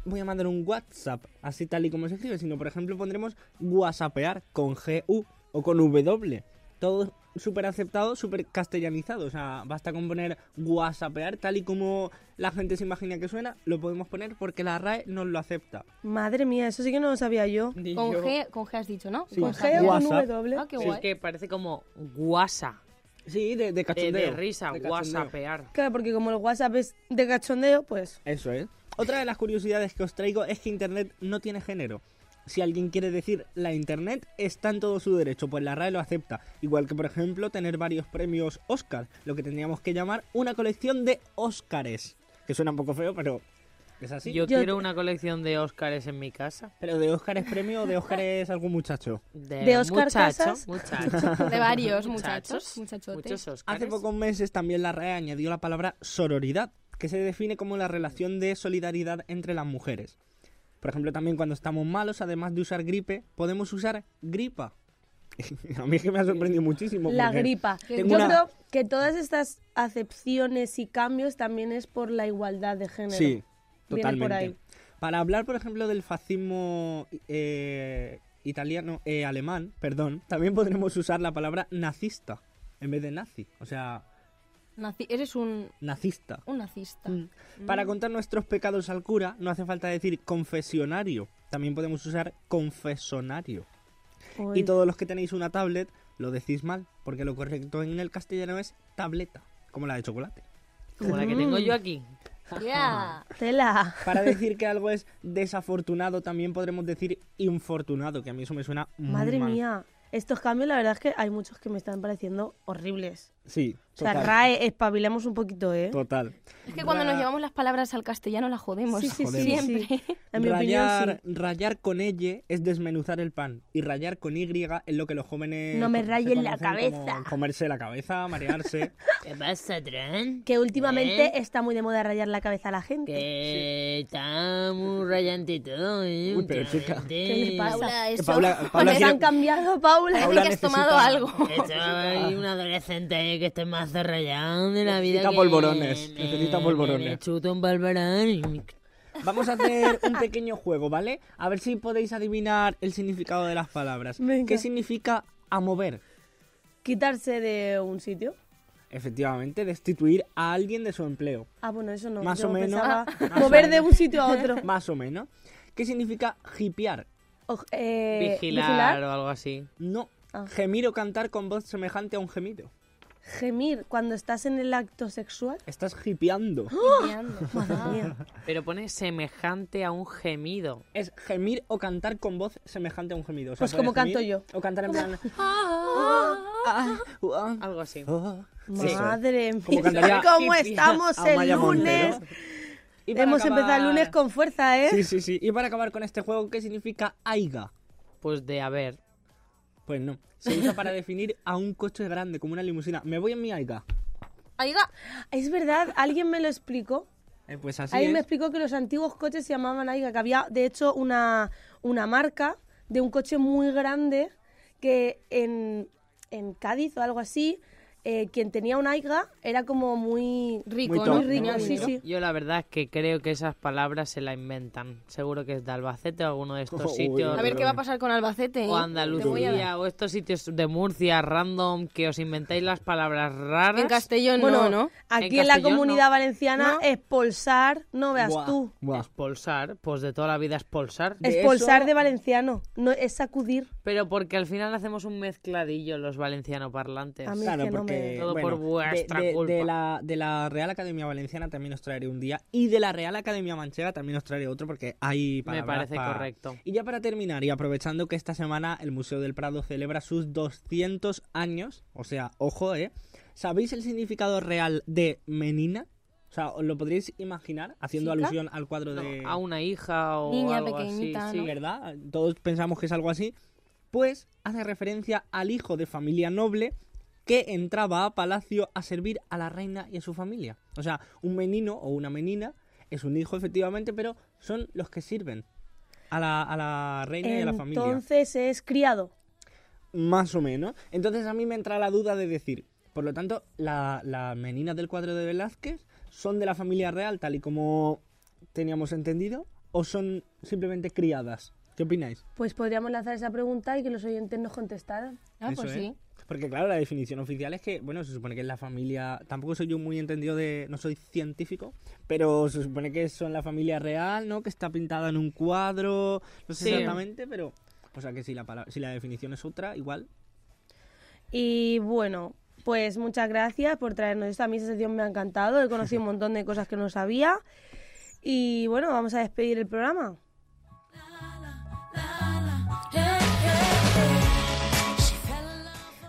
[SPEAKER 8] voy a mandar un WhatsApp, así tal y como se escribe, sino, por ejemplo, pondremos WhatsAppear con G-U o con W. Todo súper aceptado, súper castellanizado. O sea, basta con poner WhatsAppear tal y como la gente se imagina que suena, lo podemos poner porque la RAE nos lo acepta.
[SPEAKER 11] Madre mía, eso sí que no lo sabía yo.
[SPEAKER 7] Con G, con G has dicho, ¿no?
[SPEAKER 8] Sí.
[SPEAKER 7] Con
[SPEAKER 8] G o con WhatsApp.
[SPEAKER 11] W.
[SPEAKER 7] Ah, qué
[SPEAKER 5] Sí, es
[SPEAKER 7] guay.
[SPEAKER 5] que parece como guasa,
[SPEAKER 8] Sí, de, de
[SPEAKER 5] de, de
[SPEAKER 8] cachondeo.
[SPEAKER 5] risa,
[SPEAKER 8] de cachondeo.
[SPEAKER 5] guasapear.
[SPEAKER 11] Claro, porque como el WhatsApp es de cachondeo, pues...
[SPEAKER 8] Eso es. Otra de las curiosidades que os traigo es que Internet no tiene género. Si alguien quiere decir la Internet, está en todo su derecho, pues la RAE lo acepta. Igual que, por ejemplo, tener varios premios Oscar, lo que tendríamos que llamar una colección de Óscares. Que suena un poco feo, pero es así.
[SPEAKER 5] Yo, quiero una colección de Óscares en mi casa.
[SPEAKER 8] Pero de Óscar es premio o de Óscar es algún muchacho.
[SPEAKER 5] De,
[SPEAKER 11] ¿De Óscar
[SPEAKER 5] muchacho,
[SPEAKER 11] Casas?
[SPEAKER 5] muchacho.
[SPEAKER 7] De varios muchachos, muchachotes.
[SPEAKER 5] Muchos Óscares.
[SPEAKER 8] Hace pocos meses también la RAE añadió la palabra sororidad, que se define como la relación de solidaridad entre las mujeres. Por ejemplo, también cuando estamos malos, además de usar gripe, podemos usar gripa. A mí es que me ha sorprendido muchísimo.
[SPEAKER 2] La
[SPEAKER 8] porque
[SPEAKER 2] gripa.
[SPEAKER 8] tengo
[SPEAKER 2] Yo
[SPEAKER 8] una-
[SPEAKER 2] creo que todas estas acepciones y cambios también es por la igualdad de género.
[SPEAKER 8] Sí,
[SPEAKER 2] Viene
[SPEAKER 8] totalmente.
[SPEAKER 2] por ahí.
[SPEAKER 8] Para hablar, por ejemplo, del fascismo eh, italiano, eh, alemán, perdón, también podremos usar la palabra nazista en vez de nazi. O sea,
[SPEAKER 7] Nazi- eres un,
[SPEAKER 8] nazista.
[SPEAKER 7] un nazista.
[SPEAKER 8] Para
[SPEAKER 7] Mm.
[SPEAKER 8] contar nuestros pecados al cura, no hace falta decir confesionario. También podemos usar confesonario.
[SPEAKER 2] Uy.
[SPEAKER 8] Y todos los que tenéis una tablet lo decís mal, porque lo correcto en el castellano es tableta, como la de chocolate.
[SPEAKER 5] Como la que tengo yo aquí.
[SPEAKER 7] Ya.
[SPEAKER 2] Tela.
[SPEAKER 8] Para decir que algo es desafortunado, también podremos decir infortunado, que a mí eso me suena muy
[SPEAKER 2] Madre
[SPEAKER 8] mal.
[SPEAKER 2] mía. Estos cambios, la verdad es que hay muchos que me están pareciendo horribles.
[SPEAKER 8] Sí,
[SPEAKER 2] O sea,
[SPEAKER 8] total.
[SPEAKER 2] RAE, espabilemos un poquito, ¿eh?
[SPEAKER 8] Total.
[SPEAKER 7] Es que cuando nos llevamos las palabras al castellano las jodemos.
[SPEAKER 2] Sí, sí, sí,
[SPEAKER 8] Jodemos.
[SPEAKER 7] siempre.
[SPEAKER 2] En mi
[SPEAKER 8] rayar,
[SPEAKER 2] opinión, sí.
[SPEAKER 8] rayar con ella es desmenuzar el pan. Y rayar con Y es lo que los jóvenes.
[SPEAKER 2] No me
[SPEAKER 8] se
[SPEAKER 2] rayen la
[SPEAKER 8] conocen como
[SPEAKER 2] cabeza.
[SPEAKER 8] comerse la cabeza, marearse.
[SPEAKER 5] ¿Qué pasa, tren?
[SPEAKER 2] Que últimamente
[SPEAKER 5] ¿Eh?
[SPEAKER 2] está muy de moda rayar la cabeza a la gente.
[SPEAKER 5] Que está muy rayante todo, ¿eh?
[SPEAKER 8] Uy, pero chica.
[SPEAKER 5] últimamente.
[SPEAKER 2] ¿Qué le pasa?
[SPEAKER 7] Paula, eso.
[SPEAKER 8] Paula- Paula
[SPEAKER 2] Nos
[SPEAKER 8] quiere-
[SPEAKER 2] han cambiado, Paula.
[SPEAKER 7] Parece
[SPEAKER 8] Paula
[SPEAKER 7] que has
[SPEAKER 8] necesita-
[SPEAKER 7] tomado algo.
[SPEAKER 5] Soy un adolescente ahí que estoy más rayado de la vida.
[SPEAKER 8] Necesita
[SPEAKER 5] que
[SPEAKER 8] polvorones,
[SPEAKER 5] me-
[SPEAKER 8] necesita
[SPEAKER 5] me-
[SPEAKER 8] polvorones.
[SPEAKER 5] Me chuto un polvorón.
[SPEAKER 7] Eh,
[SPEAKER 5] y-
[SPEAKER 8] Vamos a hacer un pequeño juego, ¿vale? A ver si podéis adivinar el significado de las palabras.
[SPEAKER 2] Venga.
[SPEAKER 8] ¿Qué significa a mover?
[SPEAKER 2] Quitarse de un sitio.
[SPEAKER 8] Efectivamente, destituir a alguien de su empleo.
[SPEAKER 2] Ah, bueno, eso no.
[SPEAKER 8] Más
[SPEAKER 2] Yo
[SPEAKER 8] o menos.
[SPEAKER 2] pensaba
[SPEAKER 7] Ah.
[SPEAKER 8] Más o
[SPEAKER 2] mover de
[SPEAKER 8] menos.
[SPEAKER 2] un sitio a otro.
[SPEAKER 8] Más o menos. ¿Qué significa hipear?
[SPEAKER 2] O- eh,
[SPEAKER 5] Vigilar, o algo así.
[SPEAKER 8] No.
[SPEAKER 2] Ah.
[SPEAKER 8] Gemir o cantar con voz semejante a un gemido.
[SPEAKER 2] Gemir cuando estás en el acto sexual.
[SPEAKER 8] Estás hipeando.
[SPEAKER 7] ¡Oh! Ah.
[SPEAKER 2] Madre mía.
[SPEAKER 5] Pero pone semejante a un gemido.
[SPEAKER 8] Es gemir o cantar con voz semejante a un gemido. O sea,
[SPEAKER 2] Pues
[SPEAKER 8] puedes
[SPEAKER 2] como canto
[SPEAKER 8] gemir
[SPEAKER 2] yo.
[SPEAKER 8] O cantar en plan. Ah, ah,
[SPEAKER 5] Algo así.
[SPEAKER 8] ah.
[SPEAKER 2] Madre
[SPEAKER 8] Como
[SPEAKER 2] mía.
[SPEAKER 8] cantaría
[SPEAKER 2] ¿Cómo
[SPEAKER 8] Hippie
[SPEAKER 2] estamos
[SPEAKER 8] a
[SPEAKER 2] el
[SPEAKER 8] Amaya Montero.
[SPEAKER 2] lunes?
[SPEAKER 8] Y para
[SPEAKER 2] Hemos
[SPEAKER 8] acabar-
[SPEAKER 2] empezado el lunes con fuerza, ¿eh?
[SPEAKER 8] Sí, sí, sí. Y para acabar con este juego, ¿qué significa aiga?
[SPEAKER 5] Pues de haber.
[SPEAKER 8] Pues no. Se usa para definir a un coche grande, como una limusina. Me voy en mi aiga.
[SPEAKER 7] Oiga,
[SPEAKER 2] Es verdad, alguien me lo explicó.
[SPEAKER 8] Eh, pues así
[SPEAKER 2] Alguien
[SPEAKER 8] es.
[SPEAKER 2] me explicó que los antiguos coches se llamaban Aiga, que había de hecho una, una marca de un coche muy grande que en, en Cádiz o algo así, eh, quien tenía un Aiga era como muy rico,
[SPEAKER 8] Muy
[SPEAKER 2] muy,
[SPEAKER 8] top, ¿no?
[SPEAKER 2] rico,
[SPEAKER 8] Muy
[SPEAKER 2] sí,
[SPEAKER 8] rico.
[SPEAKER 2] sí.
[SPEAKER 5] Yo la verdad es que creo que esas palabras se la inventan. Seguro que es de Albacete o alguno de estos
[SPEAKER 8] Uy,
[SPEAKER 5] sitios.
[SPEAKER 7] a ver qué va a pasar con Albacete.
[SPEAKER 5] o
[SPEAKER 7] ¿eh? Te voy a dar.
[SPEAKER 5] Andalucía o estos sitios de Murcia random que os inventáis las palabras raras.
[SPEAKER 7] En Castellón
[SPEAKER 2] Bueno,
[SPEAKER 7] no, ¿no?
[SPEAKER 2] aquí
[SPEAKER 5] En
[SPEAKER 2] en, la
[SPEAKER 5] Castellón,
[SPEAKER 2] comunidad
[SPEAKER 5] no.
[SPEAKER 2] valenciana,
[SPEAKER 5] No.
[SPEAKER 2] expulsar, no veas
[SPEAKER 8] Buah,
[SPEAKER 2] tú.
[SPEAKER 8] buah.
[SPEAKER 5] Expulsar, pues de toda la vida expulsar.
[SPEAKER 7] Eh.
[SPEAKER 8] De
[SPEAKER 2] Expulsar
[SPEAKER 8] eso-
[SPEAKER 2] de valenciano, no es sacudir.
[SPEAKER 5] Pero porque al final hacemos un mezcladillo los valenciano parlantes.
[SPEAKER 2] A mí- es
[SPEAKER 8] Claro,
[SPEAKER 2] que no me-
[SPEAKER 8] porque
[SPEAKER 5] Todo por
[SPEAKER 8] bueno,
[SPEAKER 5] vuestra
[SPEAKER 8] de, de-
[SPEAKER 5] culpa.
[SPEAKER 8] de la, de la Real Academia Valenciana también os traeré un día y de la Real Academia Manchega también os traeré otro porque hay
[SPEAKER 5] Me
[SPEAKER 8] palabras
[SPEAKER 5] parece
[SPEAKER 8] pa-
[SPEAKER 5] correcto.
[SPEAKER 8] Y ya para terminar y aprovechando que esta semana el Museo del Prado celebra sus 200 años, o sea, ojo, ¿eh? ¿Sabéis el significado real de menina? O sea, ¿os lo podríais imaginar haciendo
[SPEAKER 7] ¿Chica?
[SPEAKER 8] alusión al cuadro
[SPEAKER 5] No,
[SPEAKER 8] de
[SPEAKER 5] a una hija o
[SPEAKER 7] Niña
[SPEAKER 5] algo
[SPEAKER 7] pequeñita,
[SPEAKER 5] así.
[SPEAKER 7] ¿no?
[SPEAKER 5] sí.
[SPEAKER 8] ¿verdad? Todos pensamos que es algo así. Pues hace referencia al hijo de familia noble que entraba a palacio a servir a la reina y a su familia. O sea, un menino o una menina es un hijo efectivamente, pero son los que sirven a la, a la reina y a la familia.
[SPEAKER 2] Entonces es criado.
[SPEAKER 8] Más o menos. Entonces a mí me entra la duda de decir, por lo tanto, la- las meninas del cuadro de Velázquez son de la familia real, tal y como teníamos entendido, o son simplemente criadas. ¿Qué opináis?
[SPEAKER 2] Pues podríamos lanzar esa pregunta y que los oyentes nos contestaran.
[SPEAKER 7] Ah,
[SPEAKER 8] Eso ¿eh?
[SPEAKER 7] pues
[SPEAKER 8] es.
[SPEAKER 7] sí.
[SPEAKER 8] Porque claro, la definición oficial es que, bueno, se supone que es la familia, tampoco soy yo muy entendido de, no soy científico, pero se supone que son la familia real, ¿no? Que está pintada en un cuadro, no sé
[SPEAKER 5] Sí.
[SPEAKER 8] exactamente, pero, o sea que si la, palabra, si la definición es otra, igual.
[SPEAKER 2] Y bueno, pues muchas gracias por traernos esto. A mí esta sesión me ha encantado. He conocido un montón de cosas que no sabía. Y bueno, vamos a despedir el programa.